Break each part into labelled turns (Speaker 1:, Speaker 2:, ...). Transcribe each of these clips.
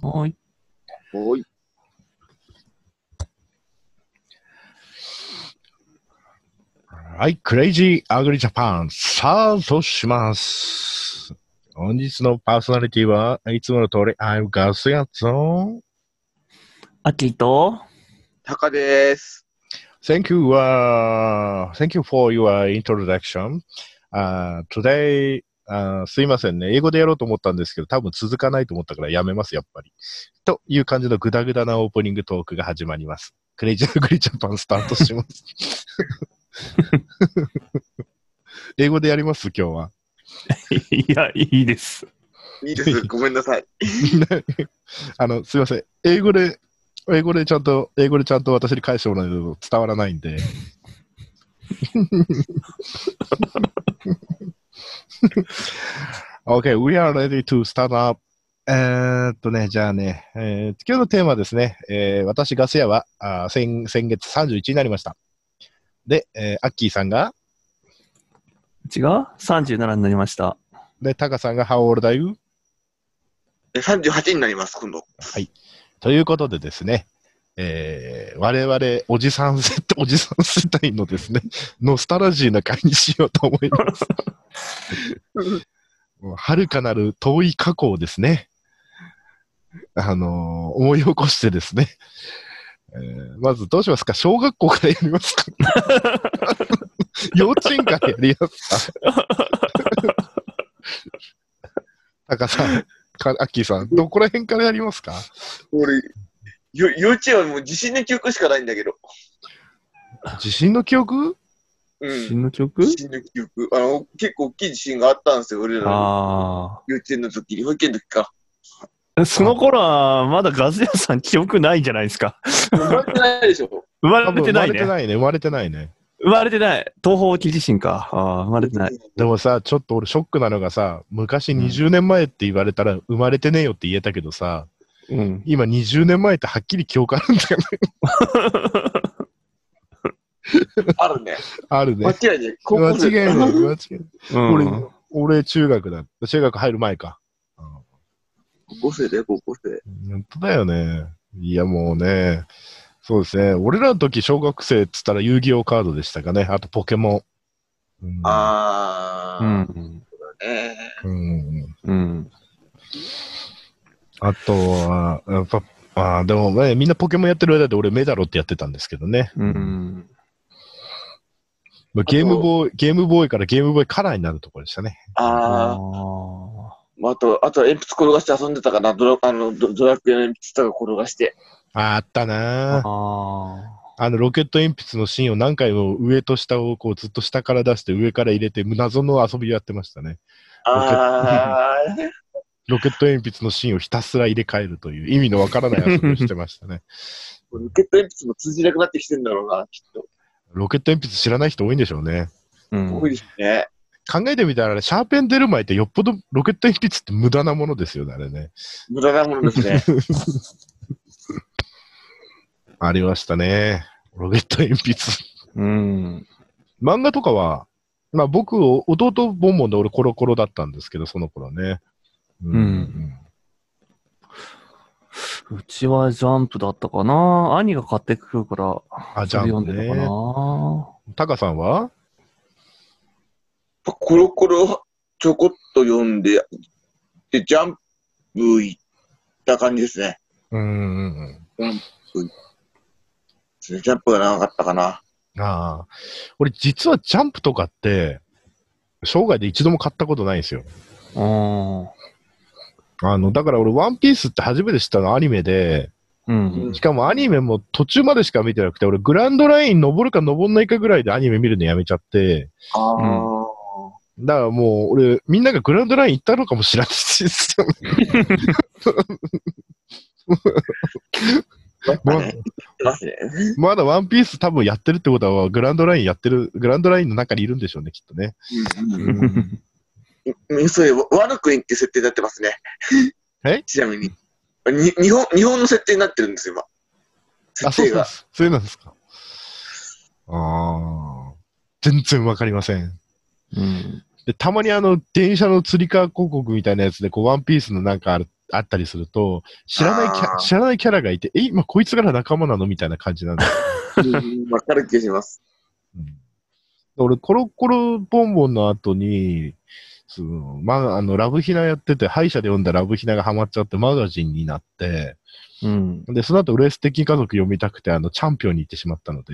Speaker 1: はーい。
Speaker 2: おい。
Speaker 3: はい、クレイジーアグリジャパン、さあ、そうします。本日のパーソナリティはいつもの通り、I'm ガスやぞ。
Speaker 1: 秋と、
Speaker 2: タカです。
Speaker 3: Thank you, uh, thank you for your introduction. Uh, today, uh, すいませんね。英語でやろうと思ったんですけど、多分続かないと思ったからやめます、やっぱり。という感じのグダグダなオープニングトークが始まります。クレイジーアグリジャパンスタートします。英語でやります、今日は。
Speaker 1: いや、いいです。
Speaker 2: いいです。ごめんなさい。
Speaker 3: あの、すいません。英語で、英語でちゃんと、英語でちゃんと私に返してもらえると伝わらないんで。okay, we are ready to start up. えーっとね、じゃあね、えー今日のテーマですね、えー私、ガス屋はあー先先月31になりました。で、えーアッキーさんが、
Speaker 1: 違う ?37 になりました。
Speaker 3: で、タカさんが、How old are you?
Speaker 2: え38になります、今度。
Speaker 3: ということでですね、えー、我々、おじさん世帯、 おじさん世帯のですね、ノスタルジーな会にしようと思います。もう遥かなる遠い過去をですね、あのー思い起こしてですね、えーまずどうしますか小学校からやりますか幼稚園からやりますかタカさん、かアッキーさん、どこら辺からやりますか
Speaker 2: 俺、よ幼稚園はもう地震の記憶しかないんだけど。
Speaker 3: 地震の記憶
Speaker 2: う
Speaker 1: 死
Speaker 2: ん。
Speaker 1: ぬ曲
Speaker 2: 地震の記憶。あの、結構大きい地震があったんですよ、俺らの
Speaker 1: あ
Speaker 2: 幼稚園の時に、保育園の時か。
Speaker 1: あ。その頃は、まだガズ屋さん記憶ないんじゃないですか。
Speaker 2: 生まれてないでしょ。
Speaker 1: 生
Speaker 3: 多
Speaker 1: まれ
Speaker 3: 分
Speaker 1: て
Speaker 3: 生
Speaker 1: な
Speaker 3: ま
Speaker 1: い
Speaker 3: れて
Speaker 1: ね。
Speaker 3: ないね。生まれてないね。
Speaker 1: 生まれてない。東方沖地震か。ああ、生まれてない。
Speaker 3: でもさ、ちょっと俺ショックなのがさ、昔20年前って言われたら生まれてねえよって言えたけどさ、
Speaker 1: うん。
Speaker 3: 今20年前ってはっきり記憶あるんだよね。
Speaker 2: あるね。
Speaker 3: ある
Speaker 2: 間
Speaker 3: ね。
Speaker 2: 違いね。高
Speaker 3: 間
Speaker 2: 校
Speaker 3: 違い
Speaker 2: 生。
Speaker 3: ない。間違いない。
Speaker 1: うん
Speaker 3: 俺、俺中学だ。中学入る前か。
Speaker 2: 高校生だよ、高校生。
Speaker 3: 本当だよね。いやもうね、そうですね。俺らの時小学生っつったら遊戯王カードでしたかね。あとポケモン。うん
Speaker 2: あ
Speaker 1: う
Speaker 2: ー。
Speaker 1: ん。
Speaker 2: え
Speaker 3: うん
Speaker 1: うん。
Speaker 3: あとは、やっぱ、あーでも、ね、みんなポケモンやってる間で俺メダロってやってたんですけどね。
Speaker 1: うん。
Speaker 3: まあゲームボーイ、ゲームボーイからゲームボーイカラーになるところでしたね。
Speaker 2: あー。
Speaker 1: あ
Speaker 2: まああと、あと、鉛筆転がして遊んでたかな。ドラあのドドラクエの鉛筆とか転がして。
Speaker 3: あーあった
Speaker 1: あ。
Speaker 3: なあ
Speaker 1: あ
Speaker 3: あの、ロケット鉛筆の芯を何回も上と下をこうずっと下から出して上から入れて、謎の遊びをやってましたね。
Speaker 2: あー。
Speaker 3: ロケット鉛筆の芯をひたすら入れ替えるという意味のわからない遊びをしてましたね。
Speaker 2: ロケット鉛筆も通じなくなってきてるんだろうな、きっと。
Speaker 3: ロケット鉛筆知らない人多いんでしょうね。
Speaker 1: あ。うん
Speaker 2: 多いですね。
Speaker 3: 考えてみたら、あれ、シャーペン出る前ってよっぽどロケット鉛筆って無駄なものですよね、あれね。
Speaker 2: 無駄なものですね。
Speaker 3: ありましたね。ロケット鉛筆。
Speaker 1: うん。
Speaker 3: 漫画とかは、まあ僕、お弟ボンボンで俺コロコロだったんですけど、その頃ね。う
Speaker 1: うんうちはジャンプだったかな。兄が買ってくるから、
Speaker 3: あ、ジ
Speaker 1: それ読
Speaker 3: ャン
Speaker 1: ん
Speaker 3: プ
Speaker 1: でたか
Speaker 3: ね。
Speaker 1: な。
Speaker 3: タカさんは
Speaker 2: コロコロちょこっと読んで、で、ジャンプ行った感じですね。
Speaker 3: うんうん
Speaker 2: ジャンプが長かったかな。
Speaker 3: うん。ああ。俺実はジャンプとかって、生涯で一度も買ったことないんですよ。
Speaker 1: うん。
Speaker 3: あの、だから俺ワンピースって初めて知ったのアニメで、
Speaker 1: うん。
Speaker 3: しかもアニメも途中までしか見てなくて、俺グランドライン登るか登んないかぐらいでアニメ見るのやめちゃって、
Speaker 2: あ
Speaker 1: ー
Speaker 3: だからもう俺、みんながグランドライン行ったのかもしれないですよね。
Speaker 2: まあね、行ってますね。
Speaker 3: まだワンピース多分やってるってことは、グランドラインやってる、グランドラインの中にいるんでしょうね、きっとね。
Speaker 2: うんうんそういう、ワノクインっていう設定になってますね。
Speaker 3: え
Speaker 2: ちなみに。に日本、日本の設定になってるんですよ、今。設
Speaker 3: あ、そう
Speaker 2: 定
Speaker 3: そう
Speaker 2: が。
Speaker 3: そう。そういうのですか。ああ。全然わかりません。
Speaker 1: うん。
Speaker 3: で、たまにあの、電車のつり革広告みたいなやつで、こう、ワンピースのなんかある、あったりすると、知らないキ
Speaker 2: あ
Speaker 3: ャ
Speaker 2: ー
Speaker 3: 知らないキャラがいて、え、今こいつから仲間なのみたいな感じなんだよ。
Speaker 2: うんわかる気がします。
Speaker 3: うん俺、コロコロボンボンの後に、そのまあ、あの、ラブヒナやってて、歯医者で読んだラブヒナがハマっちゃってマガジンになって、
Speaker 1: うん。
Speaker 3: で、その後、ウレステキ家族読みたくて、あの、チャンピオンに行ってしまったので、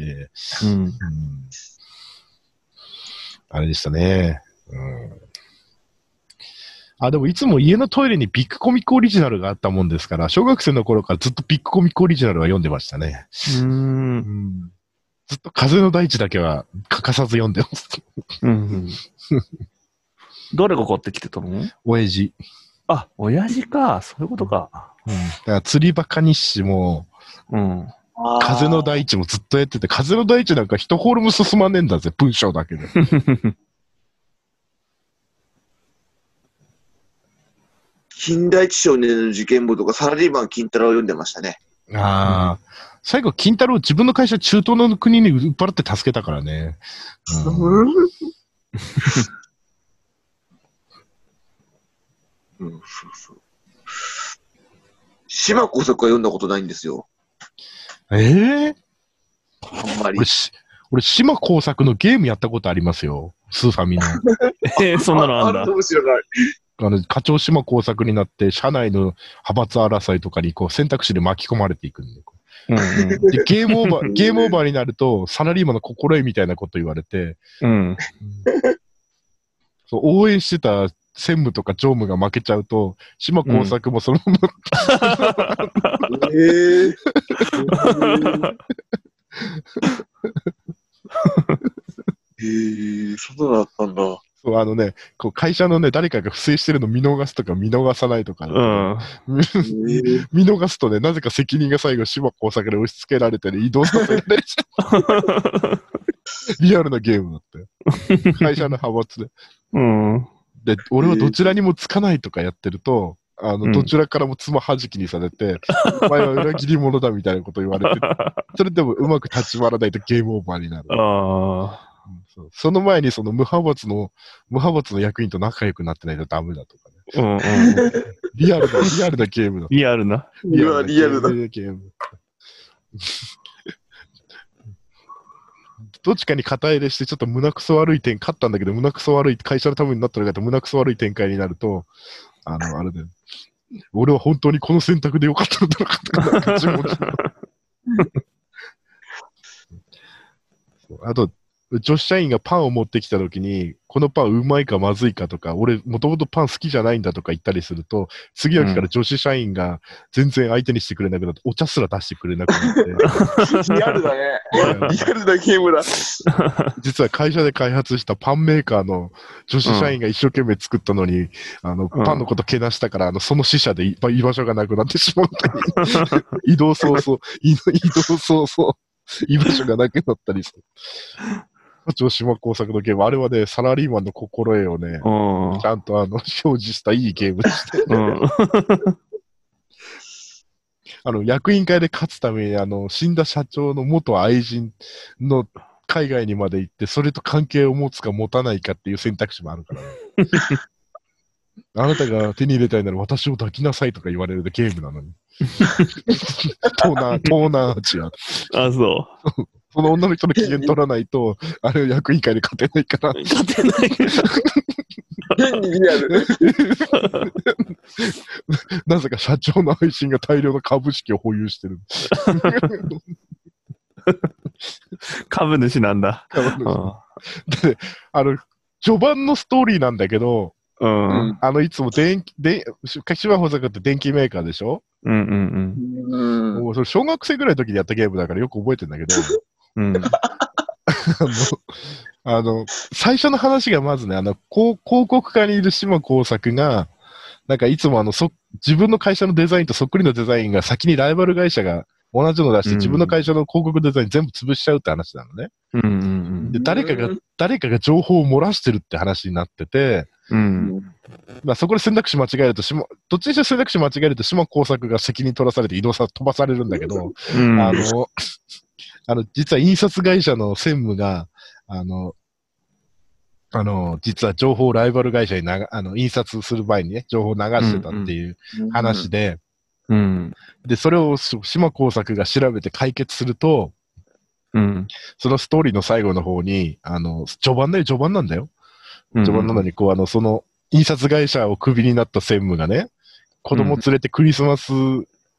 Speaker 1: うん。
Speaker 3: うんあれでしたね。うんあ、でもいつも家のトイレにビッグコミックオリジナルがあったもんですから、小学生の頃からずっとビッグコミックオリジナルは読んでましたね。
Speaker 1: うん。
Speaker 3: ずっと風の大地だけは欠かさず読んでます。
Speaker 1: うん。誰が買ってきてたの
Speaker 3: 親父。
Speaker 1: あ、親父か。そういうことか。
Speaker 3: うん。だから釣りバカ日誌も、
Speaker 1: うん。
Speaker 3: 風の大地もずっとやってて、風の大地なんか一ホールも進まねえんだぜ、文章だけで。
Speaker 2: 近代一少年の事件簿とか、サラリーマン金太郎を読んでましたね。
Speaker 3: ああ。最後、金太郎自分の会社中東の国に売っ払って助けたからね。うん
Speaker 2: うん、そうそう。島耕作は読んだことないんですよ。
Speaker 3: ええ
Speaker 2: あんまり
Speaker 3: 俺。し、俺、島工作のゲームやったことありますよ。スーファミ の。
Speaker 1: えーそんなのあんだ
Speaker 2: か。もしれない。
Speaker 3: あの、課長島工作になって、社内の派閥争いとかに、こう、選択肢で巻き込まれていくんで。
Speaker 1: うん
Speaker 3: でゲームオーバ ー、ゲームオーバーになると、サラリーマンの心得みたいなこと言われて、
Speaker 1: うん。
Speaker 3: そう応援してた専務とか常務が負けちゃうと、島工作もそのまま、
Speaker 2: ええええそんなのあったんだ。
Speaker 3: そうあのね、こう会社のね、誰かが不正してるの見逃すとか見逃さないとか、
Speaker 1: うん。
Speaker 2: え
Speaker 3: 見逃すとね、なぜか責任が最後、島工作で押し付けられてね、移動させ られちゃう。リアルなゲームだ って。会社の派閥
Speaker 1: うん。
Speaker 3: で。で、俺はどちらにもつかないとかやってると、あ
Speaker 1: う
Speaker 3: の、
Speaker 1: ん
Speaker 3: どちらからも妻はじきにされて、お前は裏切り者だみたいなこと言われて、 それでもうまく立ち回らないとゲームオーバーになる。
Speaker 1: あ
Speaker 3: うんそうその前にその無派閥の、無派閥の役員と仲良くなってないとダメだとかね。
Speaker 1: あ。うんうん。
Speaker 3: リアルな、リアルなゲームだ。
Speaker 1: リアルな。
Speaker 2: うわ、リアルだ。
Speaker 3: ゲームゲームどっちかに肩入れして、ちょっと胸くそ悪い点、勝ったんだけど、胸くそ悪い、会社のためになったのかと胸くそ悪い展開になると、あの、あれだよ。俺は本当にこの選択でよかったのだろうかとかなんか自問自答 そうあと、女子社員がパンを持ってきたときに、このパンうまいかまずいかとか、俺、もともとパン好きじゃないんだとか言ったりすると、次の日から女子社員が全然相手にしてくれなくなって、お茶すら出してくれなくなって、
Speaker 2: リアルだね。リアルなゲームだ。
Speaker 3: 実は会社で開発したパンメーカーの女子社員が一生懸命作ったのに、あの
Speaker 1: うん
Speaker 3: パンのことけなしたから、あのその死者でい居場所がなくなってしまっ たり、移動早々、移動移動早々、居場所がなくなった りする。女島工作のゲーム、あれはね、サラリーマンの心得をね、
Speaker 1: うん。
Speaker 3: ちゃんとあの表示したいいゲー ムでした。
Speaker 1: うん。
Speaker 3: あの役員会で勝つためにあの死んだ社長の元愛人の海外にまで行って、それと関係を持つか持たないかっていう選択肢もあ るからね。あなたが手に入れたいなら私を抱きなさいとか言われるゲームなのに。東南、東南アジア。
Speaker 1: あ、そ
Speaker 3: その女の人の機嫌取らないと、あれを役員会で勝てないから
Speaker 1: う。、勝てないけど。
Speaker 2: 変にリアル。
Speaker 3: なぜか社長の愛人が大量の株式を保有してる。
Speaker 1: 株主なんだ。 う
Speaker 3: で、あの、序盤のストーリーなんだけど、
Speaker 1: ん。うん。
Speaker 3: あの、いつも電気、電、柏保坂って電気メーカーでしょ、
Speaker 1: うんうん
Speaker 2: うん。
Speaker 3: もうそれ小学生ぐらいの時にやったゲームだからよく覚えてんだけど、
Speaker 1: うん。うん。
Speaker 3: あの、あの最初の話がまずね、あの、広広告課にいる島耕作が、なんかいつもあの、そ、自分の会社のデザインとそっくりのデザインが先にライバル会社が同じの出して、
Speaker 1: うん
Speaker 3: 自分の会社の広告デザイン全部潰しちゃうって話なのね。
Speaker 1: うんうん
Speaker 3: で、誰かが
Speaker 2: うん、
Speaker 3: 誰かが情報を漏らしてるって話になってて、
Speaker 1: うん。
Speaker 3: まあ、そこで選択肢間違えると島、どっちにしろ選択肢間違えると、島工作が責任取らされて移動さ、飛ばされるんだけど、
Speaker 1: うん。
Speaker 3: あの、あの、実は印刷会社の専務が、あの、あの、実は情報をライバル会社にながあの、印刷する前にね、情報を流してたっていう話で、
Speaker 1: うん。
Speaker 3: で、それをし島工作が調べて解決すると、
Speaker 1: うん。
Speaker 3: そのストーリーの最後の方に、あの、序盤だよ、序盤なんだよ。序盤なのに、こう、あの、その、印刷会社をクビになった専務がね、子供連れてクリスマス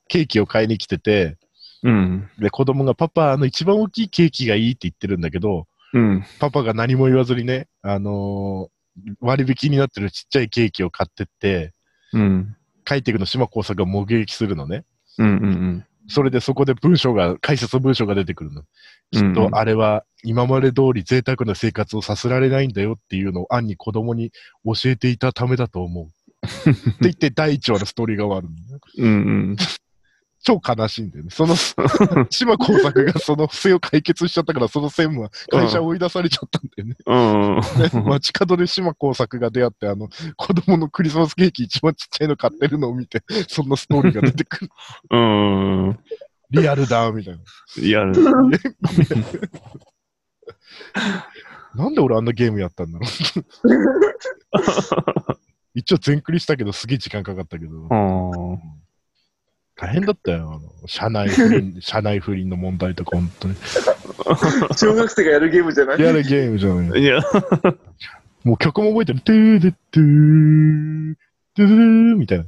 Speaker 3: ケーキを買いに来てて、
Speaker 1: うん。
Speaker 3: で、子供がパパ、あの、一番大きいケーキがいいって言ってるんだけど、
Speaker 1: うん。
Speaker 3: パパが何も言わずにね、あのー割引になってるちっちゃいケーキを買ってって、
Speaker 1: うん。
Speaker 3: 帰っていくの島工作が目撃するのね。
Speaker 1: うん。うん。
Speaker 3: それでそこで文章が、解説文章が出てくるの。きっ
Speaker 1: うん
Speaker 3: と
Speaker 1: うん
Speaker 3: あれは今まで通り贅沢な生活をさせられないんだよっていうのを暗に子供に教えていたためだと 思う。って言って第1話のストーリーが終わるのね。
Speaker 1: うん。
Speaker 3: 超悲しいんだよね。その、島工作がその不正を解決しちゃったから、その専務は会社を追い出されちゃったんだよね。
Speaker 1: うん。
Speaker 3: 街角で島工作が出会って、あの、子供のクリスマスケーキ一番ちっちゃいの買ってるのを見て、そんなストーリーが出てくる。
Speaker 1: うん。
Speaker 3: リアルだ、みたいな。
Speaker 1: いや、
Speaker 3: なんで俺あんなゲームやったん だろう。一応全クリしたけど、すげえ時間かかったけど。
Speaker 1: うん。
Speaker 3: 大変だったよ。あの社内不 倫、社内不倫の問題とか、本当に。
Speaker 2: 小学生がやるゲームじゃない
Speaker 3: リアルゲームじゃない。
Speaker 1: いや、
Speaker 3: もう曲も覚えてる。トゥーデットゥー、トゥルルルーみた いな。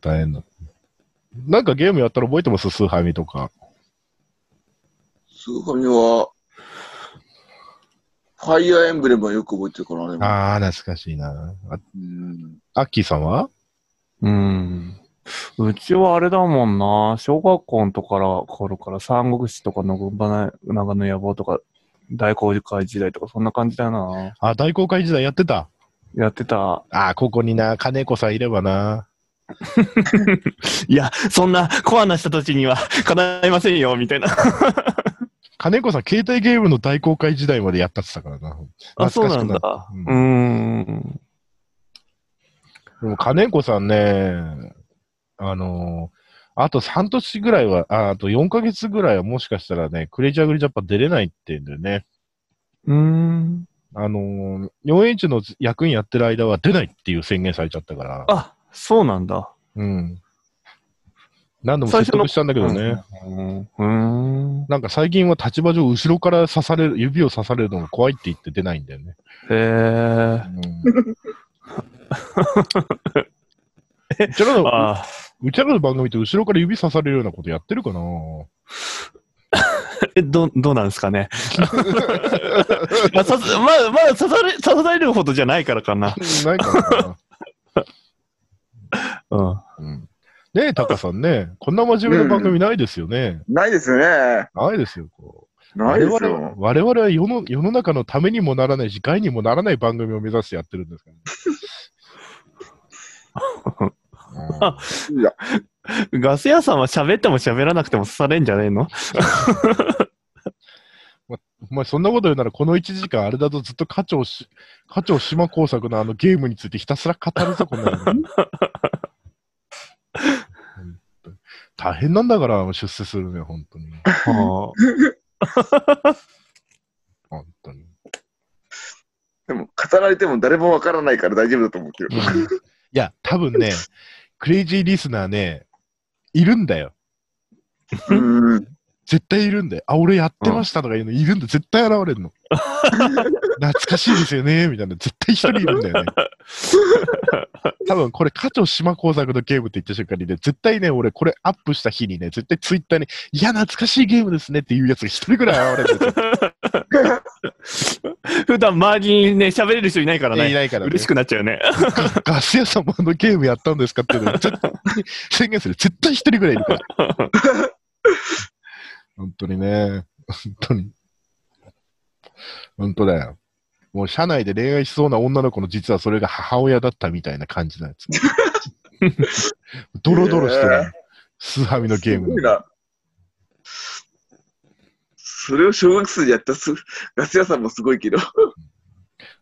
Speaker 3: 大変だ。なんかゲームやったら覚えてますスーハミとか。
Speaker 2: スーファミは、ファイアーエンブレムはよく覚えてるからね。
Speaker 3: あー、懐かしいな。あ
Speaker 2: うん
Speaker 3: アッキーさんは
Speaker 1: うん。うちはあれだもんな、小学校のとから頃から三国志とかの群馬長野野望とか大航海時代とかそんな感じだな。
Speaker 3: あ、大公開時代やってた。
Speaker 1: やってた。
Speaker 3: あー、ここにな、金子さんいればな。
Speaker 1: いや、そんなコアな人たちには叶いませんよ、みたいな。
Speaker 3: 金子さん、携帯ゲームの大公開時代までやったってたからな。
Speaker 1: あ、そう
Speaker 3: 懐か
Speaker 1: な
Speaker 3: しく
Speaker 1: ん
Speaker 3: な
Speaker 1: だ
Speaker 3: っ。
Speaker 1: う
Speaker 3: うん
Speaker 1: ーん。
Speaker 3: でも金子さんね、あのーあと半年ぐらいは、ああと4ヶ月ぐらいはもしかしたらね、クレイジャーグリジャパン出れないって言うんだよね。
Speaker 1: うーん。
Speaker 3: あのー、4H の役員やってる間は出ないっていう宣言されちゃったから。
Speaker 1: あ、そうなんだ。
Speaker 3: うん。何度も説得したんだけどね、
Speaker 1: うん。うーん。
Speaker 3: なんか最近は立場上後ろから刺される、指を刺されるのが怖いって言って出ないんだよね。
Speaker 1: へえ。
Speaker 3: うん、うちらの
Speaker 1: あ
Speaker 3: うちらの番組って後ろから指刺されるようなことやってるかな
Speaker 1: ーえ、ど、どうなんですか ね。まあ、さすまあ、まあ、刺され、刺されるほどじゃないからかな。
Speaker 3: ないか
Speaker 1: うん。
Speaker 3: な。うん、ねえ、タカさんね。こんな真面目な番組ないですよね。
Speaker 2: ないですよね。
Speaker 3: ないですよ。こう
Speaker 2: ないです
Speaker 3: 我々は
Speaker 2: よ。
Speaker 3: 我々は世の世の中のためにもならないし、害にもならない番組を目指してやってるんです から、ね
Speaker 2: いや、
Speaker 1: ガス屋さんは喋っても喋らなくても刺されんじゃねえの
Speaker 3: うんお前そんなこと言うなら、この1時間、あれだとずっと課長し、課長島工作のあのゲームについてひたすら語るぞ、こんなの本当に大変なんだから、出世するね、本当に。
Speaker 1: あ
Speaker 3: 本当に。
Speaker 2: でも、語られても誰もわからないから大丈夫だと思うけど。
Speaker 3: いや、多分ね、クレイジーリスナーね、いるんだよ。
Speaker 2: うん。
Speaker 3: 絶対いるんだよ。あ、俺やってましたとか言うの、いるんだよ。絶対現れる の。懐かしいですよね、みたいな。絶対一人いるんだ よね。多分これ、加藤島工作のゲームって言った瞬間にね、絶対ね、俺これアップした日にね、絶対ツイッターに、いや、懐かしいゲームですねっていうやつが一人ぐらい現れてるん だよ
Speaker 1: 普段周りにね、喋れる人いないから
Speaker 3: い
Speaker 1: ね。
Speaker 3: ないからね。
Speaker 1: 嬉しくなっちゃうよね。
Speaker 3: ガス屋さんもあのゲームやったんですかっていうのを絶対に宣言する。絶対一人ぐらいいるから。本当にね。本当に。本当だよ。もう社内で恋愛しそうな女の子の実はそれが母親だったみたいな感じのやつ。ドロドロしてる。スーハミのゲー
Speaker 2: す
Speaker 3: ム
Speaker 2: ごい。な。それを小学生でやったすガス屋さんもすごいけど。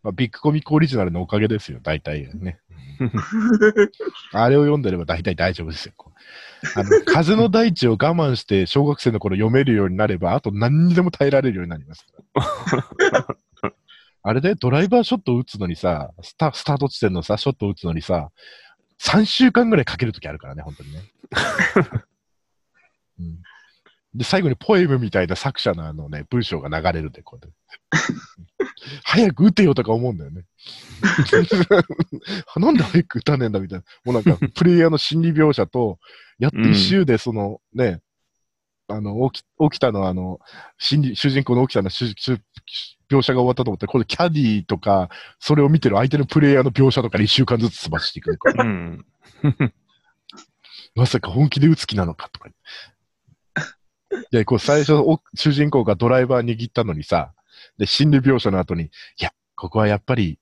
Speaker 3: まあ、ビッグコミックオリジナルのおかげですよ、大体ね。あれを読んでれば大体大丈夫ですよ。あの、風の大地を我慢して小学生の頃読めるようになれば、あと何にでも耐えられるようになります。あれでドライバーショットを打つのにさ、スタスタート地点のさ、ショットを打つのにさ、3週間ぐらいかけるときあるからね、本当にね、うんで、最後にポエムみたいな作者のあのね、文章が流れるんで、こうやって。早く打てよとか思うんだよね。 なんで早く打たねえんだみたいな。もうなんか、プレイヤーの心理描写と、やっと一周でその、ね、あの、起き、起きたのあの、心理、主人公の起きたの主主描写が終わったと思ったら、これキャディーとか、それを見てる相手のプレイヤーの描写とかで一週間ずつ飛ばしていくのか。
Speaker 1: うん。
Speaker 3: まさか本気で打つ気なのかとか。で、こう最初お、主人公がドライバー握ったのにさ、で、心理描写の後に、いや、ここはやっぱり、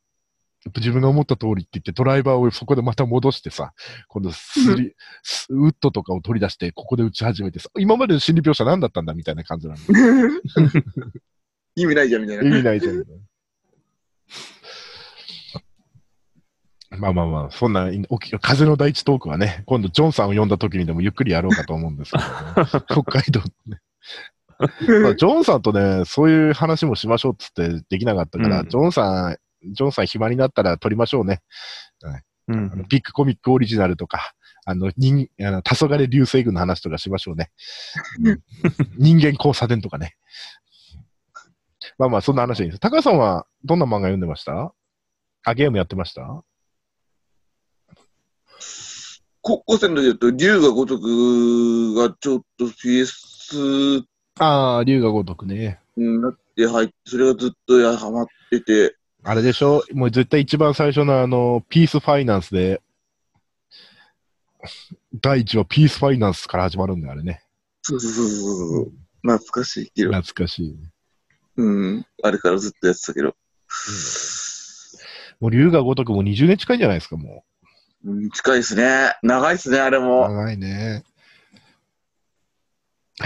Speaker 3: 自分が思った通りって言って、ドライバーをそこでまた戻してさ、今度スリ、スウッドとかを取り出して、ここで打ち始めてさ、今までの心理描写何だったんだみたいな感じなの。
Speaker 2: 意味ないじゃんみたいな。
Speaker 3: 意味ないじゃん。まあまあまあ、そんな、おき風の第一トークはね、今度、ジョンさんを呼んだ時にでもゆっくりやろうかと思うんですけど、 ね、北海道ね。まあジョンさんとね、そういう話もしましょうっつってできなかったから、
Speaker 1: うん
Speaker 3: ジョンさん、ジョンさん暇になったら撮りましょうね。
Speaker 1: う
Speaker 3: あの
Speaker 1: ん。
Speaker 3: ビッグコミックオリジナルとか、あの、人、あの、黄昏流星群の話とかしましょうね。うん人間交差点とかね。まあまあ、そんな話でいいです。高橋さんはどんな漫画読んでましたあ、ゲームやってました
Speaker 2: 高校生の時だと、龍が如くがちょっと PS
Speaker 3: ああ、竜が如くね。
Speaker 2: になって入って、それがずっとやハマってて、
Speaker 3: あれでしょもう絶対一番最初のあの、ピースファイナンスで、第一話ピースファイナンスから始まるんだよ、あれね。
Speaker 2: そうそうそうそう。懐かしいけど、
Speaker 3: 懐かしい。
Speaker 2: うん。あれからずっとやってたけど。
Speaker 3: もう竜が如くも20年近いんじゃないですか、もう。
Speaker 2: うん、近いですね。長いですね、あれも。
Speaker 3: 長いね。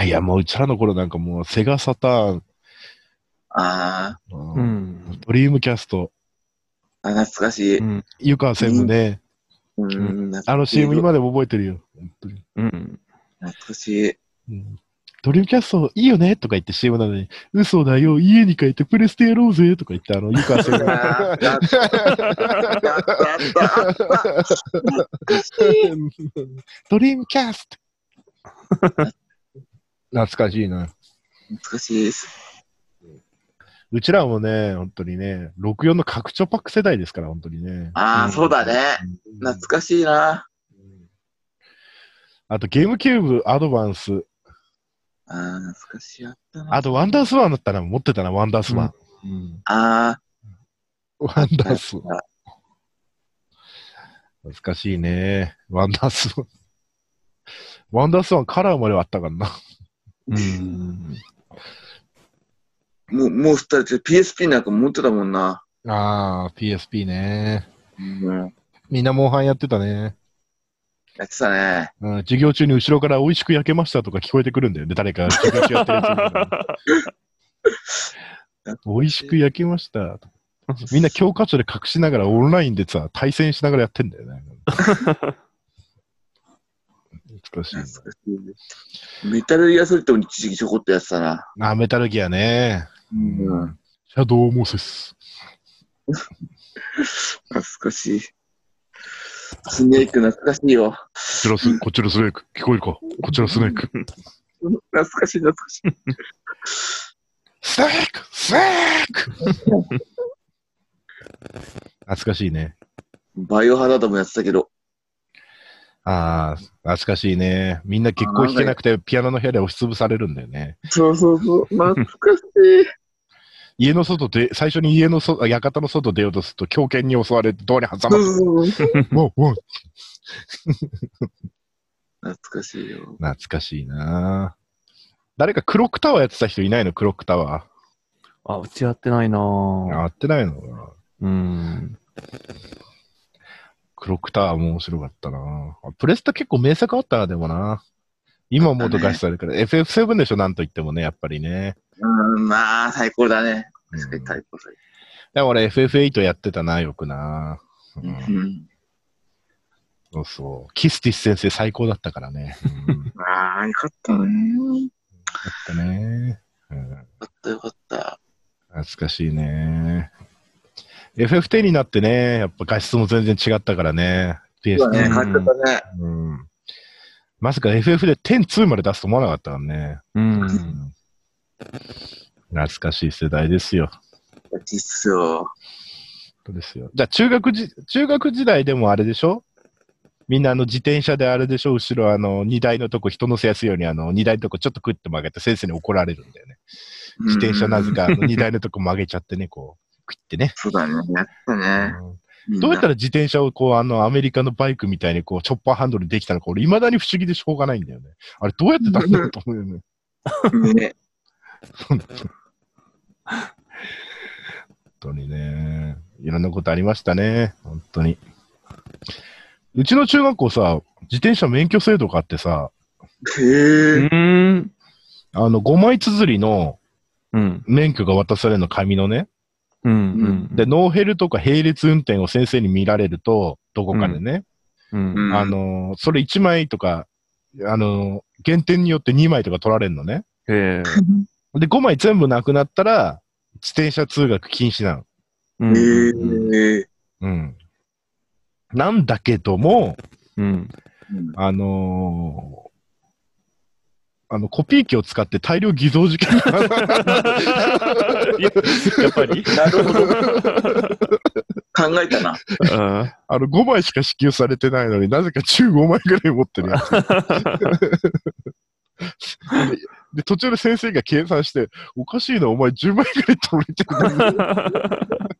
Speaker 3: いや、もううちらの頃なんかもう、セガサターン、
Speaker 2: あ
Speaker 1: う
Speaker 3: うん
Speaker 1: ん。
Speaker 3: ドリームキャスト、
Speaker 2: あ、懐かしい。
Speaker 3: 湯川専務ね、
Speaker 2: うん、
Speaker 3: あの CM
Speaker 2: 懐
Speaker 3: 今でも覚えてるよ。本当に
Speaker 1: うん。
Speaker 2: かしい。
Speaker 3: うんドリームキャストいいよねとか言って CM なのに、嘘だよ、家に帰ってプレステやろうぜとか言って、あの、湯川専務。
Speaker 2: あーやったやったやったやった
Speaker 3: ドリームキャスト懐かしいな。
Speaker 2: 懐かしいです。
Speaker 3: うちらもね、本当にね、64の拡張パック世代ですから、本当にね。
Speaker 2: ああ、
Speaker 1: うん
Speaker 2: そうだね。懐かしいな。
Speaker 3: あと、ゲームキューブ、アドバンス。
Speaker 2: ああ、懐かしいあったな。
Speaker 3: あと、ワンダースワンだったら持ってたな、ワンダースワン。
Speaker 1: うん。
Speaker 2: あ
Speaker 3: ワンダースワン
Speaker 2: あ。
Speaker 3: 懐かしいね。ワンダースワン。ワンダースワンカラーまではあったからな。
Speaker 1: うん。
Speaker 2: あ、もう、もう二人で PSP なんか持ってたもんな。
Speaker 3: ああ、PSP ね。
Speaker 2: うん。
Speaker 3: みんなモンハンやってたね。
Speaker 2: やってたね。
Speaker 3: うん、授業中に後ろから美味しく焼けましたとか聞こえてくるんだよね。誰か授業中やってるやついるから。美味しく焼けましたと。みんな教科書で隠しながらオンラインでさ、対戦しながらやってんだよね。懐かしいな
Speaker 2: 懐。かしいです。メタルギアソリッドも一時期ちょこっとやってたな。
Speaker 3: あ、メタルギアね。
Speaker 2: うん。
Speaker 3: シャドウモーセス。
Speaker 2: 懐かしい。スネーク懐かしいよ。
Speaker 3: こちらス、こちらスネーク。聞こえるかこちらスネーク。
Speaker 2: 懐かしい懐かしい。
Speaker 3: スネークスネーク 懐かしいね。
Speaker 2: バイオハザードもやってたけど。
Speaker 3: ああ、懐かしいね。みんな結構弾けなくてピアノの部屋で押しつぶされるんだよね。
Speaker 2: そうそうそう。懐かしい。
Speaker 3: 家の外で、最初に家の外、館の外出ようとすると狂犬に襲われてドアに挟
Speaker 2: そ
Speaker 3: ま
Speaker 2: う
Speaker 3: る。
Speaker 2: そうそう。
Speaker 3: わわ
Speaker 2: 懐かしいよ。
Speaker 3: 懐かしいな誰かクロックタワーやってた人いないのクロックタワ
Speaker 1: あ、うちやってないな
Speaker 3: ー。
Speaker 1: ぁ
Speaker 3: やってないのかな
Speaker 1: うん。
Speaker 3: クロックタワーも面白かったなあプレステ結構名作あったな、でもな。今思うと合視されるから、FF7 でしょ、なんと言ってもね、やっぱりね。
Speaker 2: うん、まあ、最高だね。
Speaker 3: うん
Speaker 2: 確かに最高だ
Speaker 3: でも俺 FF8 やってたな、よくな、うん
Speaker 2: ね。うん。
Speaker 3: そうそう。キスティス先生最高だったからね。 うん、よ
Speaker 2: ああ、よかったね。
Speaker 3: かったね。うん
Speaker 2: よかったよかった。
Speaker 3: 懐かしいね。FF10 になってね、やっぱ画質も全然違ったからね。PS2
Speaker 2: そうだね、
Speaker 1: うん
Speaker 2: 帰っちゃったね。
Speaker 3: うん。まさか FF で102まで出すと思わなかったからね。
Speaker 1: うん。
Speaker 3: 懐かしい世代ですよ。
Speaker 2: いいっすよ。
Speaker 3: 本当ですよ。じゃあ中学じ、中学時代でもあれでしょみんなあの自転車であれでしょ後ろあの荷台のとこ人乗せやすいようにあの荷台のとこちょっとクッて曲げて先生に怒られるんだよね。自転車なぜ
Speaker 2: か。
Speaker 3: かあの荷台のとこ曲げちゃってね、こう、クイってね。
Speaker 2: そうだね、やったね。
Speaker 3: うん
Speaker 2: みんな
Speaker 3: どうやったら自転車をこう、あの、アメリカのバイクみたいにこう、チョッパーハンドルできたのか、俺、未だに不思議でしょうがないんだよね。あれ、どうやってたんだろうと思うよね。
Speaker 2: ね、
Speaker 3: 本当にね。いろんなことありましたね。本当に。うちの中学校さ、自転車免許制度があってさ、
Speaker 2: へえ。
Speaker 1: うん。
Speaker 3: あの、5枚綴りの
Speaker 1: うん。
Speaker 3: 免許が渡されるの、紙のね。
Speaker 1: うん。
Speaker 3: で、ノーヘルとか並列運転を先生に見られると、どこかでね。
Speaker 1: うん。
Speaker 3: あのーそれ1枚とか、あのー減点によって2枚とか取られるのね。
Speaker 1: へえ。
Speaker 3: で、5枚全部なくなったら、自転車通学禁止なの。
Speaker 1: う
Speaker 2: へ
Speaker 1: ん。
Speaker 2: え。
Speaker 3: うん。なんだけども、
Speaker 1: うん。
Speaker 3: あのーあの、コピー機を使って大量偽造事件が
Speaker 1: やっぱり
Speaker 2: なるほど。 考えたな。
Speaker 3: あの、5枚しか支給されてないのになぜか15枚ぐらい持ってる やつ。でで、途中で先生が計算して、おかしいな、お前10枚ぐらい取れてるのに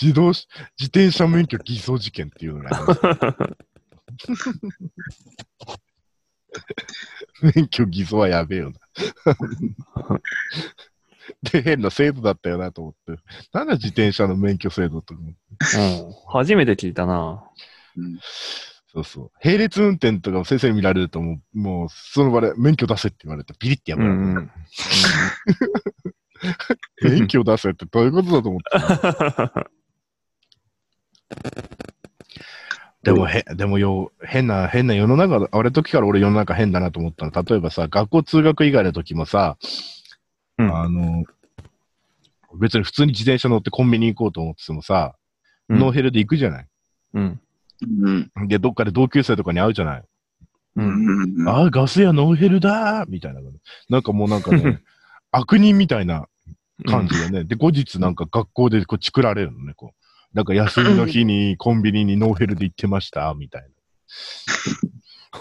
Speaker 3: 自動し、自転車免許偽造事件っていうのがありました。免許偽造はやべえよな。で、変な制度だったよなと思って。なんだ自転車の免許制度と思って。
Speaker 1: うん。初めて聞いたな。
Speaker 3: そうそう。並列運転とかを先生に見られるともう、もう、その場で免許出せって言われて、ピリってや
Speaker 1: う
Speaker 3: められる。
Speaker 1: ん。うん
Speaker 3: 免許出せってどういうことだと思って。 でもへ、でもよ、変な、変な世の中だ、あれ時から俺世の中変だなと思ったの。例えばさ、学校通学以外の時もさ、あの、別に普通に自転車乗ってコンビニ行こうと思っててもさ、ノーヘルで行くじゃない。
Speaker 1: うん。
Speaker 2: うん。
Speaker 3: で、どっかで同級生とかに会うじゃない。
Speaker 1: う。
Speaker 2: うんん。
Speaker 3: ああ、ガス屋ノーヘルだーみたいな。なんかもうなんか ね、悪人みたいな感じでね。で、後日なんか学校でこうチクられるのね、こう。なんか休みの日にコンビニにノーヘルで行ってました、みたいな。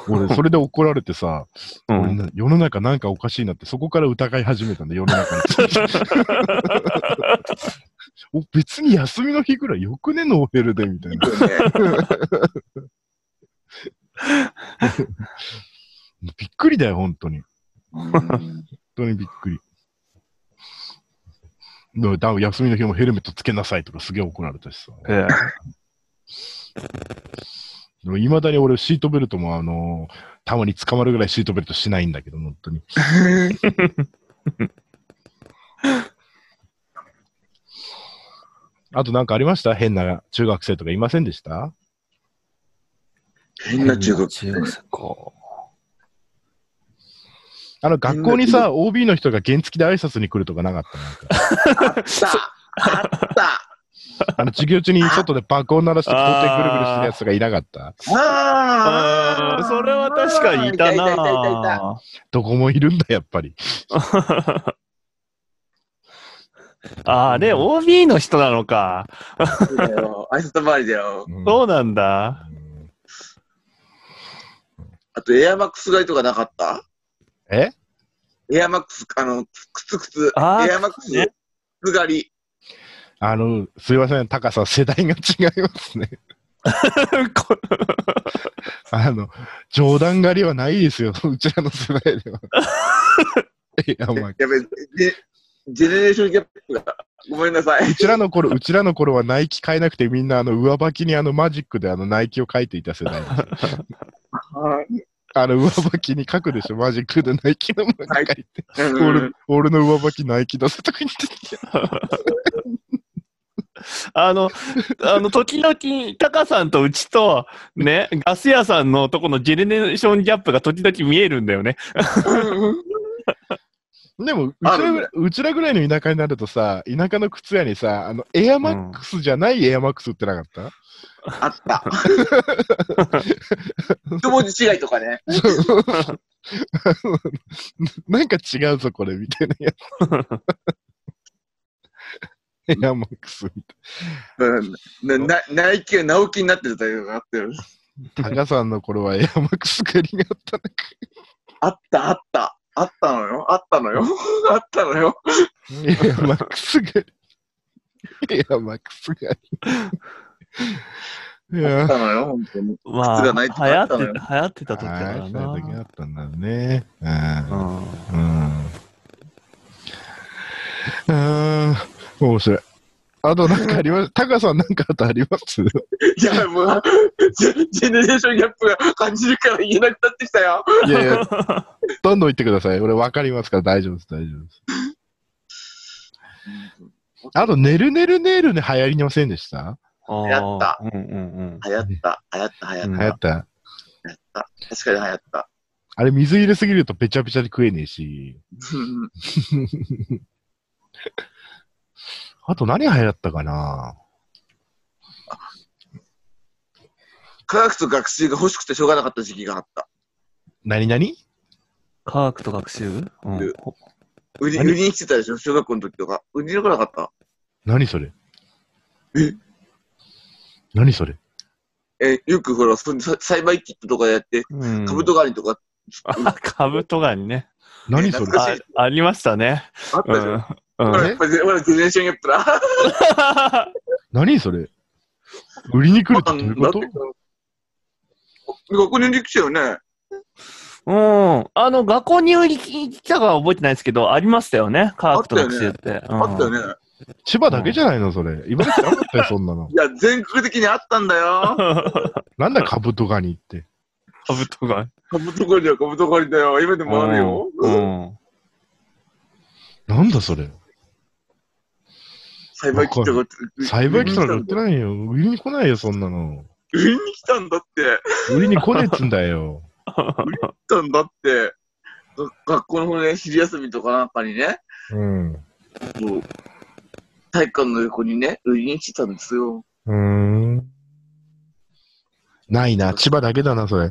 Speaker 3: 俺、それで怒られてさ、
Speaker 1: う
Speaker 3: 俺
Speaker 1: ん。
Speaker 3: な世の中なんかおかしいなって、そこから疑い始めたんだ、世の中に ついて。お別に休みの日ぐらいよくね、ノーヘルで、みたいな。びっくりだよ、本当に。本当にびっくり。だだ休みの日もヘルメットつけなさいとかすげえ怒られたしさ。
Speaker 1: へえ。
Speaker 3: いまだに俺シートベルトもあのーたまに捕まるぐらいシートベルトしないんだけど、本当に。あとなんかありました変な中学生とかいませんでした
Speaker 2: 変な中学
Speaker 1: 中学生か。
Speaker 3: あの学校にさ、OB の人が原付で挨拶に来るとかなかったなん
Speaker 2: あ
Speaker 3: か。
Speaker 2: ったあった
Speaker 3: あの授 業中に外で爆音鳴らして校庭ぐるぐるしてるやつがいなかった
Speaker 2: あ
Speaker 1: ああ、それは確かにいた
Speaker 2: いたいたいたいた
Speaker 1: な。
Speaker 3: どこもいるんだ、やっぱり。
Speaker 1: ああ、で、OB の人なのか。
Speaker 2: そうだよ。挨拶回りだよ。
Speaker 3: うん
Speaker 1: そうなん だ。
Speaker 3: うん
Speaker 2: あと、エアマックス買いとかなかった
Speaker 3: え
Speaker 2: エアマックス、あの、靴靴。エ
Speaker 1: あー
Speaker 2: アマックス、
Speaker 1: ね
Speaker 2: 靴狩り。
Speaker 3: あの、すいません、高さん、世代が違いますね。
Speaker 1: こ
Speaker 3: あの、冗談狩りはないですよ、 うちらの世代 では。いや、お前、う
Speaker 2: やべ、ジェジェネレーションギャップが。ごめんなさい。
Speaker 3: ちらの頃、うちらの頃はナイキ買えなくて、みんなあの上履きにあのマジックであのナイキを書いていた世 代です。あの上履きに書くでしょ、マジックでナイキのマーク書いて。
Speaker 2: うん
Speaker 3: 俺俺の上履きナイキ出せとか言って。
Speaker 1: あの、あの、時々、タカさんとうちと、ね、ガス屋さんのとこのジェネレーションギャップが時々見えるんだよね。
Speaker 3: でもうち
Speaker 2: あ
Speaker 3: ら
Speaker 2: るん
Speaker 3: ぐ
Speaker 2: だ
Speaker 3: ら
Speaker 2: よ
Speaker 3: い、うちらぐらいの田舎になるとさ、田舎の靴屋にさ、あの、エアマックスじゃないエアマックス売ってなかった、
Speaker 2: あった。一文字違いとかね。
Speaker 3: なんか違うぞ、これ、みたい なやつ。エアマックスみ
Speaker 2: うんななナイキが直樹になってたよがあったよ。
Speaker 3: たいな。タカさんの頃はエアマックス狩りがあった
Speaker 2: あったあった。あったのよ。あったのよ。 あったのよ。
Speaker 3: ね。エアマックス狩り。エアマックス狩り。い
Speaker 2: あ
Speaker 3: や
Speaker 2: ったのよ、本当に。
Speaker 1: まあ、
Speaker 2: 靴
Speaker 1: 流
Speaker 2: がない
Speaker 1: 行
Speaker 2: っ
Speaker 1: ってて、流行ってた
Speaker 2: ことだったたのよ
Speaker 1: 時だか
Speaker 3: はい、
Speaker 1: ら
Speaker 3: そういう時あ
Speaker 1: な。
Speaker 3: ったんだね。
Speaker 1: うん
Speaker 3: うん。うん。うん。面白い。あとなんかありますタカさんなんかあとあります
Speaker 2: いや、もう、ジェジェネレーションギャップが感じるから言えなくなってきたよ。
Speaker 3: いやいや、どんどん言ってください。俺分かりますから大丈夫です、大丈夫です。あと、ねるねるねるね流行りませんでした
Speaker 1: あー
Speaker 2: 流行った。
Speaker 1: うんうん
Speaker 2: 流行った、流行った、流行
Speaker 1: う
Speaker 2: った。
Speaker 3: 流
Speaker 1: ん
Speaker 3: 行った。
Speaker 2: 流行った確かに流行った。
Speaker 3: あれ、水入れすぎるとべちゃべちゃで食えねえし。
Speaker 2: うん
Speaker 3: あと何流行ったかな
Speaker 2: 科学と学習が欲しくてしょうがなかった時期があった。
Speaker 3: 何何
Speaker 1: 科学と学習うん
Speaker 2: で売り売
Speaker 3: 何
Speaker 2: りに来てたでしょ、小学校の時とか。売りに来なかった。
Speaker 3: 何それ
Speaker 2: え
Speaker 3: 何それ
Speaker 2: え、よくほら、そそ栽培キットとかやって、
Speaker 1: うん
Speaker 2: カブトガニとか、
Speaker 1: あ、カブトガニね。
Speaker 3: 何それ
Speaker 2: 懐かしい
Speaker 1: あありましたね。
Speaker 2: あった
Speaker 1: う
Speaker 2: でしょ。
Speaker 1: ん。
Speaker 2: ほ
Speaker 1: うん
Speaker 2: らやっぱりほらジェネレーションギャップだ。
Speaker 3: 何それ売りに来るってどういうこと
Speaker 2: だって学年で来たよね。
Speaker 1: うん。あの、学校に来たかは覚えてないですけど、ありましたよね。科学と学習って。
Speaker 2: あったよね。
Speaker 3: 千葉だけじゃないのそれ。茨城なかっ たよ、そんなの
Speaker 2: い。や、全国的にあったんだよ。
Speaker 1: うん。
Speaker 3: なんだカブトガニって。
Speaker 1: カブトガニ。
Speaker 2: カブトガニはカブトガニだよ。今でもあるよ。
Speaker 1: うん。
Speaker 3: なんだそれ
Speaker 2: 栽培キットが。
Speaker 3: 栽培機とか売
Speaker 2: 売
Speaker 3: ってないよ。売りに来ないよ、そんなの。
Speaker 2: りに来たんだって。売
Speaker 3: 売りに来ねえっつんだよ。
Speaker 2: りに来たんだって。が学校の方ね、昼休みとかなんかにね、
Speaker 3: うん。
Speaker 2: もう体育館の横にね、売りに来たんですよ。
Speaker 3: うーん。ないな。千葉だけだな、それ。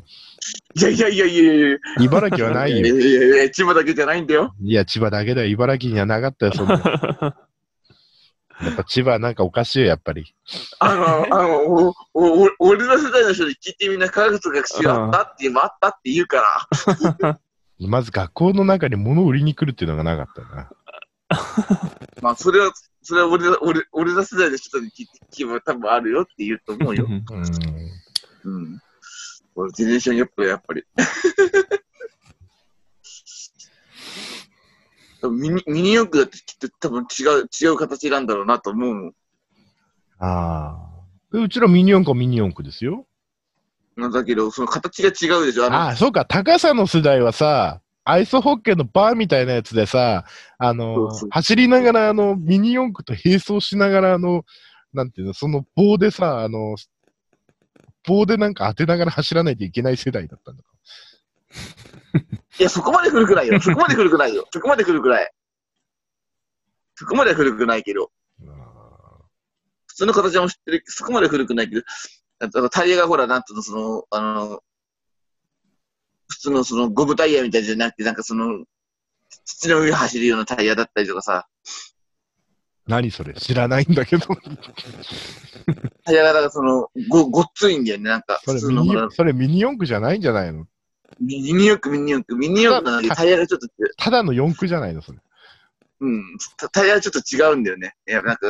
Speaker 2: いやいやいやいやいやい
Speaker 3: 茨城はな
Speaker 2: や。
Speaker 3: い
Speaker 2: い
Speaker 3: よ。
Speaker 2: やいやいや、千葉だけじゃないんだよ。
Speaker 3: いや、千葉だけだよ。茨城にはなかったよ、そんな。や っぱ千葉はなんかおかしいよ、やっぱり。
Speaker 2: あ の、あの、おおお俺の世代の人に聞いてみんな科学と学習あったって、今あったって言うから。
Speaker 3: まず学校の中に物を売りに来るっていうのがなかったな。
Speaker 2: まあ、それは、それは俺ら、俺、俺ら世代の人に聞けば多分あるよって言うと思うよ。
Speaker 3: うーん。
Speaker 2: うん。俺、ジェネレーションギャップがやっぱり。 多分ミニミニ四駆だってきっと多分違う、違う形なんだろうなと思うもん。
Speaker 3: ああ。でうちらミニ四駆はミニ四駆ですよ。
Speaker 2: なんだけど、その形が違うでしょ。あの
Speaker 3: ああ、そうか。高さの世代はさ、アイスホッケーのバーみたいなやつでさ、あの、
Speaker 2: そうそう
Speaker 3: 走りながら、あの、ミニ四駆と並走しながら、あの、なんていうの、その棒でさ、あの、棒でなんか当てながら走らないといけない世代だったんだ。
Speaker 2: いや、そこまで古くないよ。そこまで古くないよ。そこまで古くない。そこまで古くないけど、普通の形も知ってる、そこまで古くないけど、あとタイヤがほら、なんていうの、その、あの、普通のそのゴムタイヤみたいじゃなくて、なんかその、土の上を走るようなタイヤだったりとかさ、
Speaker 3: 何それ知らないんだ けど。
Speaker 2: タイヤがなんかその、ご、ごっついんだよね、なんか、
Speaker 3: そ
Speaker 2: 普
Speaker 3: れ
Speaker 2: 通
Speaker 3: ミ
Speaker 2: の
Speaker 3: ニ
Speaker 2: ほ
Speaker 3: 四
Speaker 2: ら
Speaker 3: 駆、、それミニ四駆じゃないんじゃないの
Speaker 2: ミニ四駆、ミニ四駆、ミニ四駆なのにタイヤがちょっと、
Speaker 3: ただの四駆じゃないのそれ。
Speaker 2: うん、タタイヤはちょっと違うんだよね。いや、なんか、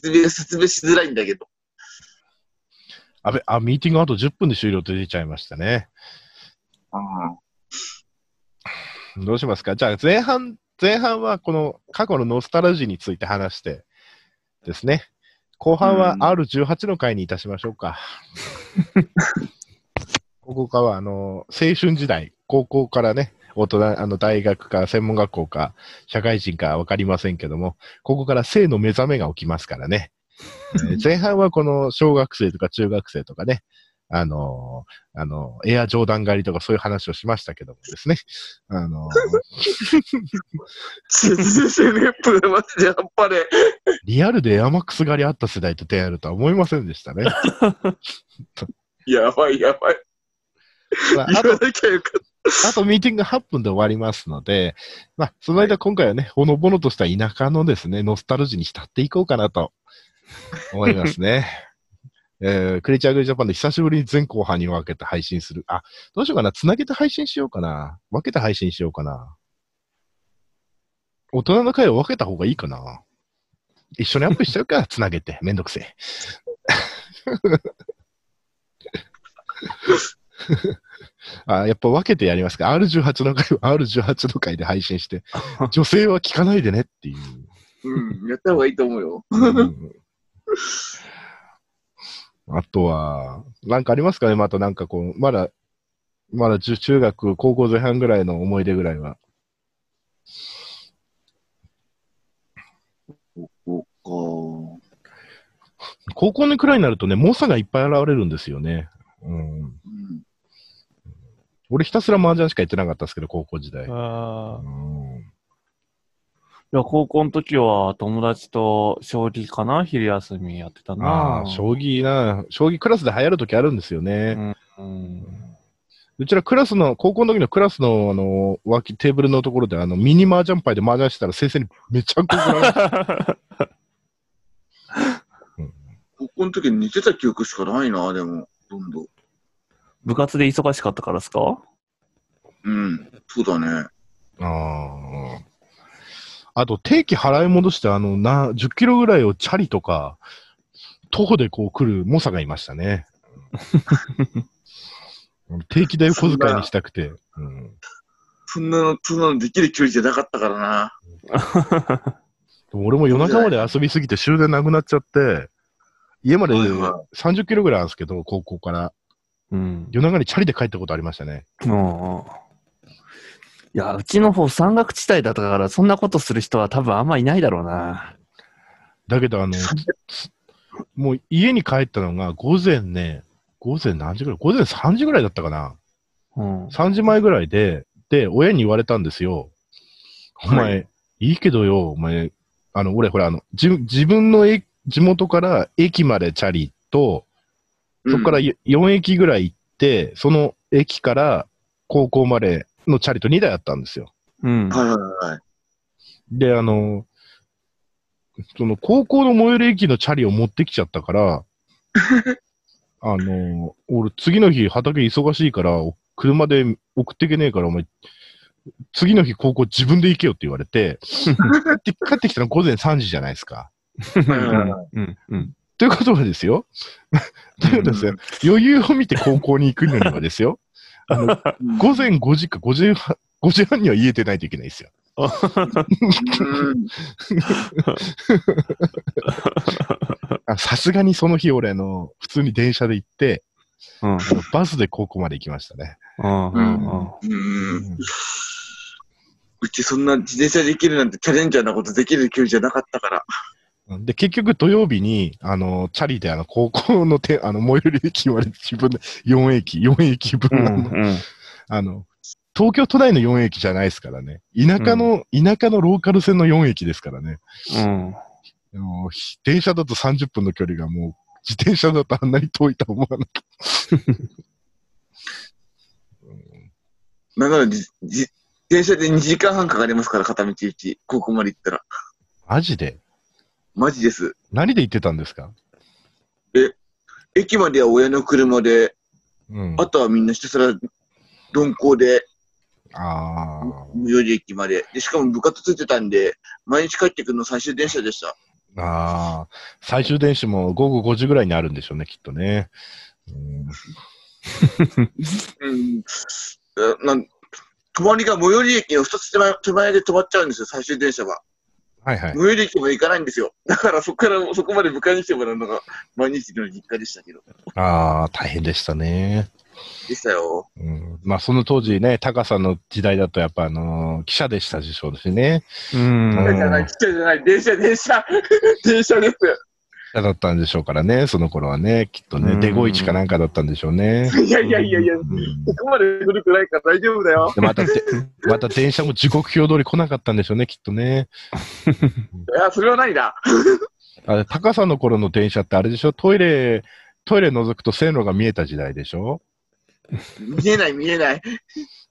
Speaker 2: 説明、説明しづらいんだけど。
Speaker 3: あべ、あ、ミーティングあと10分で終了って出ちゃいましたね。
Speaker 2: うん
Speaker 3: どうしますかじゃあ前半、前半はこの過去のノスタルジーについて話してですね。後半は
Speaker 2: うん
Speaker 3: R18 の回にいたしましょうか。 ここからは、あの、青春時代、高校からね、大人、あの、大学か、専門学校か、社会人かわかりませんけども、ここから性の目覚めが起きますからね。えー前半はこの小学生とか中学生とかね、あのーあのーエアジョーダン狩りとかそういう話をしましたけどもですね。あのー
Speaker 2: 中世熱風マジであっぱれ。
Speaker 3: リアルでエアマックス狩りあった世代と出会えるとは思いませんでしたね。
Speaker 2: やばいやばい。
Speaker 3: まああ
Speaker 2: 言
Speaker 3: と
Speaker 2: わなきゃよかっ
Speaker 3: あとミーティング8分で終わりますので、まあ、その間今回はね、ほのぼのとした田舎のですね、ノスタルジーに浸っていこうかなと思いますね。えー、クリーチャーグリージャパンで久しぶりに全後半に分けて配信する。あ、どうしようかな。つなげて配信しようかな。分けて配信しようかな。大人の会を分けた方がいいかな。一緒にアップしちゃうか、つなげて。めんどくせえ。あ、やっぱ分けてやりますか。R18 の回は R18 の回で配信して、女性は聞かないでねっていう。
Speaker 2: た。うん、やった方がいいと思うよ。
Speaker 3: うんあとは、なんかありますかねまたなんかこう、まだ、まだ中中学、高校前半ぐらいの思い出ぐらいは。
Speaker 2: そうか。
Speaker 3: 高校のくらいになるとね、猛者がいっぱい現れるんですよね。うん。
Speaker 2: うん
Speaker 3: 俺ひたすら麻雀しかやってなかったですけど、高校時代。
Speaker 1: あー
Speaker 3: うん
Speaker 1: いや、高校の時は友達と将棋かな昼休みやってたな。
Speaker 3: ああ、将棋な、将棋クラスで流行るときあるんですよね。
Speaker 1: うん。
Speaker 3: うちらクラスの、高校の時のクラスの、あの、脇、テーブルのところで、あの、ミニ麻雀牌で麻雀してたら先生にめちゃんこ怒られ ました
Speaker 2: 高校の時に似てた記憶しかないな、でも、どんどん。
Speaker 1: 部活で忙しかったからですか
Speaker 2: うん、そうだね。
Speaker 3: ああ。あと、定期払い戻して、あの、な、10キロぐらいをチャリとか、徒歩でこう来る猛者がいましたね。 定期代を小遣いにしたくて。うん
Speaker 2: そんなの、そんなのできる距離じゃなかったからな。
Speaker 3: でも俺も夜中まで遊びすぎて終電なくなっちゃって、家まで
Speaker 2: はいは
Speaker 3: 30キロぐらいあるんですけど、高校から。
Speaker 1: うん。
Speaker 3: 夜中にチャリで帰ったことありましたね。
Speaker 1: うん。いや、うちの方山岳地帯だったから、そんなことする人は多分あんまいないだろうな。
Speaker 3: だけど、あの、もう家に帰ったのが午前ね、午前何時ぐらい午前3時ぐらいだったかな。
Speaker 1: うん。
Speaker 3: 3時前ぐらいで、で、親に言われたんですよ。お前、、
Speaker 2: はい
Speaker 3: いけどよ、お前、あの、俺、ほら、あの、じ自分のえ地元から駅までチャリと、そこから
Speaker 2: うん、
Speaker 3: よ4駅ぐらい行って、その駅から高校までのチャリと2台あったんですよ。
Speaker 1: うん。
Speaker 2: はいはいはい。
Speaker 3: で、あの、その高校の最寄り駅のチャリを持ってきちゃったから、あの、俺次の日畑忙しいから、お車で送ってけねえから、お前、次の日高校自分で行けよって言われて、で帰ってきたの午前3時じゃないですか。
Speaker 2: はいはいはい
Speaker 1: うん。うん。
Speaker 3: ということはですよ。ということはですよ。余裕を見て高校に行くのにはですよ。あの、午前5時か5時半、5時半には家出ないといけないですよ。
Speaker 2: うん。
Speaker 3: あさすがにその日俺あの、普通に電車で行って、
Speaker 1: うん。
Speaker 3: あのバスで高校まで行きましたね。
Speaker 1: うん。うん。
Speaker 2: うん。うちそんな自転車できるなんてチャレンジャーなことできる距離じゃなかったから。
Speaker 3: うんで、結局土曜日に、あの、チャリであの、高校のて、あの、最寄り駅まで自分で4駅、4駅
Speaker 1: う
Speaker 3: 分あの、
Speaker 1: ん。
Speaker 3: あの、東京都内の4駅じゃないですからね。田舎の、田舎のローカル線の4駅ですからね。
Speaker 1: うん。
Speaker 3: あのひ電車だと30分の距離がもう、自転車だとあんなに遠いとは思わなかった。
Speaker 2: なんならじ、じ電車で2時間半かかりますから、片道1。高校まで行ったら。
Speaker 3: マジで
Speaker 2: マジです。
Speaker 3: 何で行ってたんですか
Speaker 2: 駅までは親の車で、
Speaker 3: うん。
Speaker 2: あとはみんなひたすら鈍行で、
Speaker 3: あ
Speaker 2: 無料で駅まで。で、しかも部活ついてたんで、毎日帰ってくるの最終電車でした。
Speaker 3: あ。ああ。最終電子も午後5時ぐらいにあるんでしょうね、きっとね。うん
Speaker 2: うん。えなん泊まりが最寄り駅の2つ手前手前で止まっちゃうんですよ、最終電車は。
Speaker 3: はいはい
Speaker 2: 最。寄り駅も行かないんですよ。だからそこから、そこまで迎えに来てもらうのが毎日の日課でしたけど。
Speaker 3: ああ、大変でしたね。
Speaker 2: でしたよ。
Speaker 3: うん、まあ、その当時ね、高さんの時代だと、やっぱ、あのー記者でしたでしょうしね。
Speaker 1: うん。
Speaker 2: じゃない、来たじゃない、電車、電車、電車です。
Speaker 3: 者だったんでしょうからね、その頃はね、きっと
Speaker 1: う
Speaker 3: ね、
Speaker 1: ん
Speaker 3: デゴイチかなんかだったんでしょうね。
Speaker 2: いやいやいやいや、
Speaker 3: うん
Speaker 2: そこまで古くないから大丈夫だよ。
Speaker 3: でまたで、また電車も時刻表通り来なかったんでしょうね、きっとね。
Speaker 2: いや、それはないな。
Speaker 3: あれ、高さんの頃の電車ってあれでしょトイレ、トイレ覗くと線路が見えた時代でしょ
Speaker 2: 見えない見えない。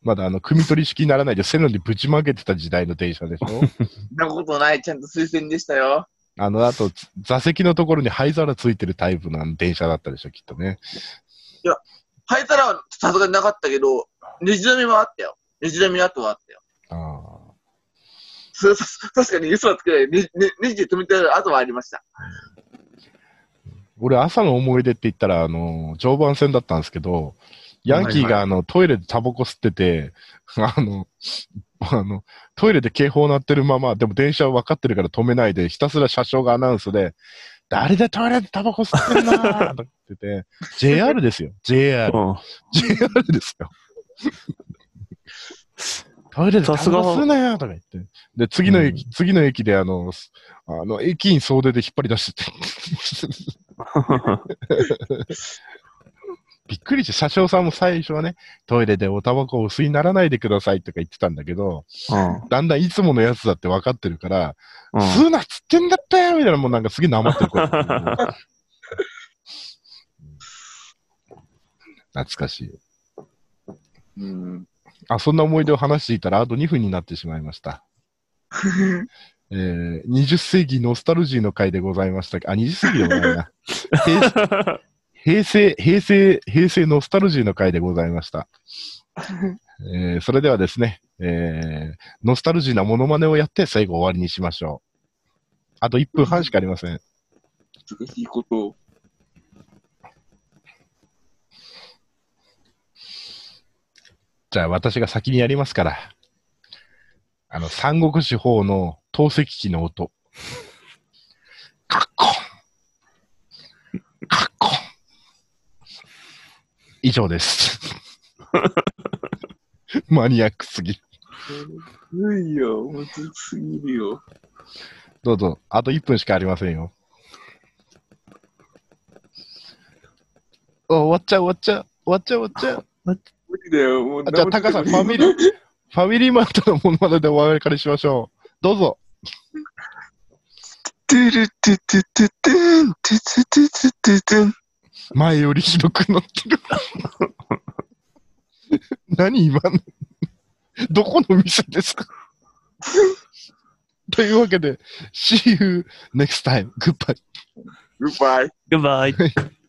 Speaker 3: まだあの、組み取り式にならないで線路にぶちまけてた時代の電車でし ょ
Speaker 2: そんなことない。ちゃんと推薦でしたよ。
Speaker 3: あの、あと、座席のところに灰皿ついてるタイプのあの電車だったでしょ、きっとね。
Speaker 2: 灰皿はさすがになかったけど、ねじ止めはあったよ。ねじ止めの後はあったよ。
Speaker 3: あ
Speaker 2: それさ確かに嘘はつけない。ねねねじで止めてある後はありました。
Speaker 3: ー俺、朝の思い出って言ったら、あの、常磐線だったんですけど、ヤンキー
Speaker 1: はいは
Speaker 3: があの、トイレでタバコ吸ってて、あの、あの、トイレで警報鳴ってるまま、でも電車は分かってるから止めないで、ひたすら車掌がアナウンスで、誰でトイレでタバコ吸ってるなーとか言ってて、JR ですよ、JR。
Speaker 1: うん。
Speaker 3: JR ですよ。 トイレでタバ
Speaker 1: さすが
Speaker 3: コ吸うなよとか言って。で、次の駅、
Speaker 1: う
Speaker 3: 次の駅であの、すあの、駅員総出で引っ張り出してて。 びっくりして、車掌さんも最初はね、トイレでおタバコを吸いにならないでくださいとか言ってたんだけど、だんだんいつものやつだって分かってるから、
Speaker 1: うん。
Speaker 3: 吸うなっつってんだったよみたいな、もうなんかすげえなまってる声。懐 かしい。
Speaker 2: うん。
Speaker 3: あ、そんな思い出を話していたら、あと2分になってしまいました。えー、20世紀ノスタルジーの回でございましたけあ、20世紀でもないな。平成、平成、平成ノスタルジーの回でございました。えー、それではですね、えー、ノスタルジーなモノマネをやって最後終わりにしましょう。あと1分半しかありません。
Speaker 2: 難しいことを。
Speaker 3: じゃあ私が先にやりますから。あの、三国志法の透析機の音。カッコン。カッコン。以上です。 マニアックすぎる。
Speaker 2: むずいよ。むずすぎるよ。
Speaker 3: どうぞ、あと1分しかありませんよ。お終わっちゃう、終わっちゃう、終わっちゃう、終わっちゃう。
Speaker 2: 無理だよ。もう
Speaker 3: あじゃあ、タカさん、ファミリー、ファミリーマートのものまねでお別れしましょう。どうぞ。
Speaker 2: トゥルトゥトゥトゥトゥン、トゥトゥトゥトゥトゥトゥン。
Speaker 3: 前よりひどくなってる。何今の。どこの店ですかというわけで、See you next time. Goodbye.
Speaker 2: Goodbye.
Speaker 1: Goodbye.